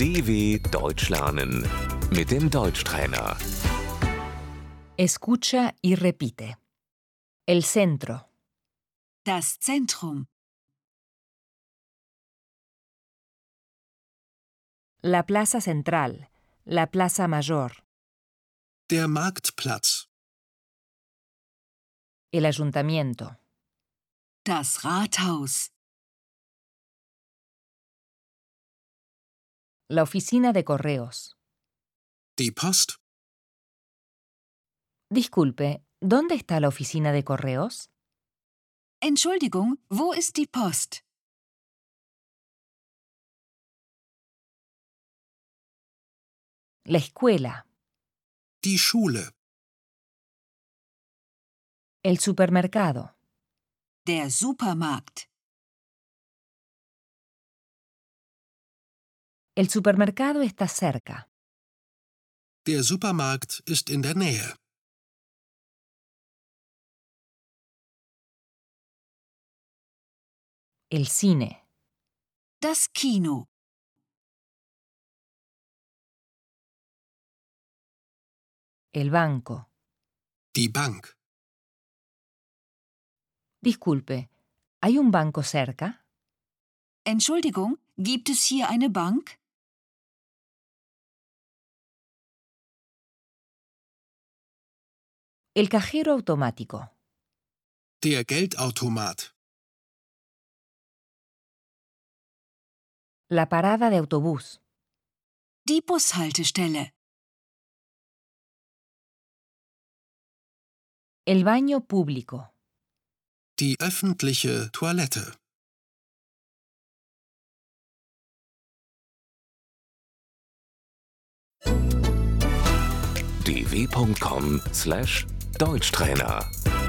DW Deutsch lernen mit dem Deutschtrainer. Escucha y repite. El centro, Das Zentrum, la plaza central, la plaza mayor, Der Marktplatz. el ayuntamiento, das Rathaus, la oficina de correos. Die Post. Disculpe, ¿dónde está la oficina de correos? Entschuldigung, wo ist die Post? La escuela, Die Schule. el supermercado, Der Supermarkt, el supermercado está cerca, Der Supermarkt ist in der Nähe. el cine, das Kino, el banco. Die Bank. Disculpe, ¿hay un banco cerca? Entschuldigung, gibt es hier eine Bank? El cajero automático, Der Geldautomat. la parada de autobús, Die Bushaltestelle, el baño público. Die öffentliche Toilette. dw.com/deutschtrainer